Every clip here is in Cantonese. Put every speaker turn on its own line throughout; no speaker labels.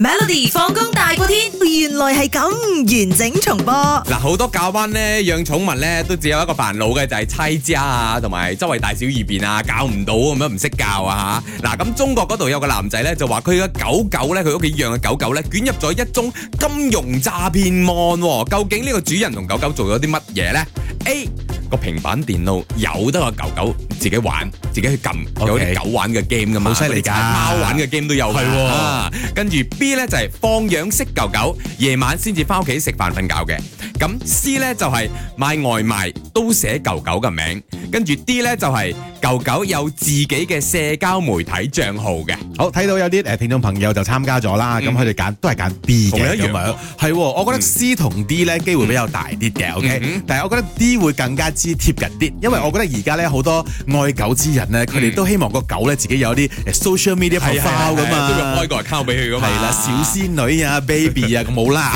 Melody 放工大過天，原來係咁完整重播。
嗱，好多教班咧養寵物咧，都只有一個煩惱嘅，就係妻家啊，同埋周圍大小二便啊，教唔到咁樣唔識教啊嚇。嗱，咁中國嗰度有個男仔咧，就話佢嘅狗狗咧，佢屋企養嘅狗狗咧，捲入咗一宗金融詐騙案喎。究竟呢個主人同狗狗做咗啲乜嘢咧？A 個平板電腦由得個狗狗自己玩，自己去撳，有
OK
啲狗玩嘅 game 噶嘛，
好犀利㗎
嗰啲貓玩嘅 game 都有㗎。
係喎
啊跟住 B 呢就係放養式狗狗，夜晚先至翻屋企食飯瞓覺嘅。咁 C 呢就係買外賣都寫狗狗嘅名，跟住 D 呢就係狗狗有自己嘅社交媒體帳號嘅。
好睇到有啲呃誒聽眾朋友就參加咗啦，咁
嗯
佢哋揀都係揀 B
同
嘅
你一樣
咁樣，係喎，我覺得
嗯
C 同 D 咧機會比較大啲嘅
嗯
，OK，
哼
但係我覺得 D 會更加之貼近啲，因為我覺得而家咧好多愛狗之人咧，佢
嗯
哋都希望個狗咧自己有啲誒 social media profile 噶
都會開
嘛，
個 account 俾佢噶嘛。
係啦，小仙女啊，baby 啊，咁 冇啦。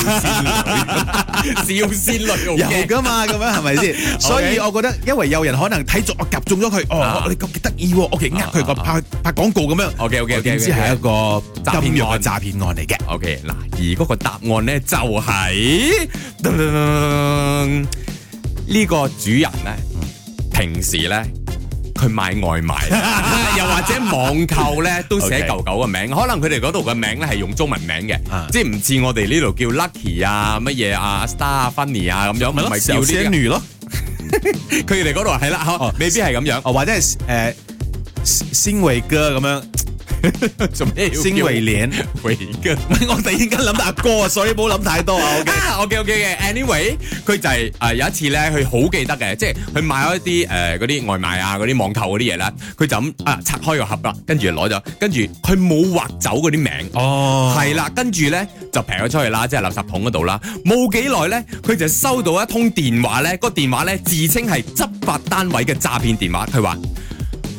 小仙女好
有
驚
噶嘛，咁樣 係咪先？所以我覺得，因為有人可能睇中我夾中咗佢，
啊
哦，你咁得意喎，我其實呃佢個
啊
拍拍廣告咁樣。
OK，OK，OK，OK，OK
我點知係一個金融嘅詐騙案嚟嘅。
OK，嗱，而嗰個答案呢就係、噔噔噔呢個主人呢，平時呢，佢買外賣，又或者網購呢，都寫
OK
狗狗嘅名，可能佢哋嗰度嘅名呢係用中文名嘅
啊，
即係唔似我哋呢度叫 Lucky à, 啊、乜嘢啊、Star 啊、Funny à, 啊咁樣，唔係叫
小仙
呢
女咯，
啲嘅，佢哋嗰度係啦，嚇
哦
未必係咁樣，
哦，或者係誒仙維哥咁樣，
做咩要叫
仙維蓮。
維根？
我突然間諗到阿哥啊，所以冇諗太多啊。OK，
啊，OK OK 嘅，anyway，佢就係、呃有一次咧，佢好記得嘅，即係佢買咗一啲誒嗰啲外賣啊、嗰啲網購嗰啲嘢啦，佢就咁啊拆開個盒啦，跟住就攞咗，跟住佢冇劃走嗰啲名。
哦
係啦，跟住咧就平咗出去啦，即係垃圾桶嗰度啦。冇幾耐咧，佢就收到一通電話咧，個電話咧自稱係執法單位嘅詐騙電話，佢話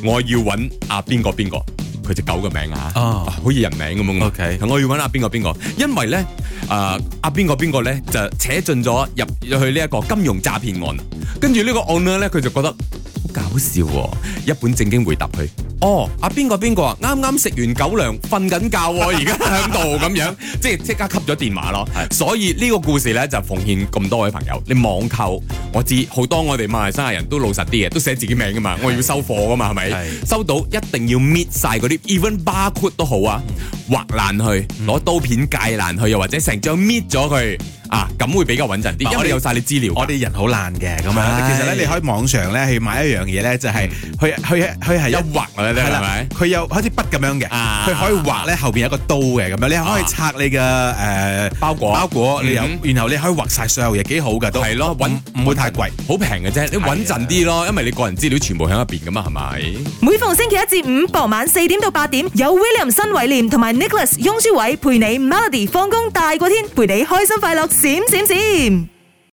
我要揾阿邊個邊個，佢只狗嘅名啊，
哦
好似人名咁樣。啊
OK
我要揾阿邊個邊個，因為咧誒阿邊個邊個咧就扯進咗入入去呢一個金融詐騙案，跟住呢個案呢，咧佢就覺得。好搞笑喎、一本正經回答佢：哦，阿邊個邊個啊，啱啱食完狗糧，瞓緊覺 喎、而家喺度咁樣，即係即刻吸咗電話咯。所以呢個故事呢，就奉獻咁多位朋友，你網購，我知好多我哋馬來西亞人都老實啲嘅，都寫自己名噶嘛，我要收貨噶嘛，係咪？
係
收到一定要搣晒嗰啲，even barcode 都好啊，劃爛去，
嗯
攞刀片界爛去，又或者成張搣咗佢啊，咁會比較穩陣啲，
嗱
因為
我哋
你有晒你資料㗎。
我哋人好懶嘅咁
係
樣，其實咧你喺網上咧去買一樣嘢咧，就係佢佢佢係
一
一
劃啊，你
係
係
啦
咪？，
佢有好似筆咁樣嘅，
啊
佢可以畫咧後邊有一個刀嘅咁樣，你可以拆你嘅誒
包裹
包裹，你有
嗯
然後你可以畫晒所有嘢，幾好噶都
係咯，揾
唔會太貴。
好平嘅啫，你
啊
穩陣啲咯，因為你個人資料全部喺入邊噶嘛，係咪？
每逢星期一至五傍晚四點到八點，有 William 新偉廉同埋 Nicholas 雍舒偉陪你 Melody 放工大過天，陪你開心快樂閃閃閃。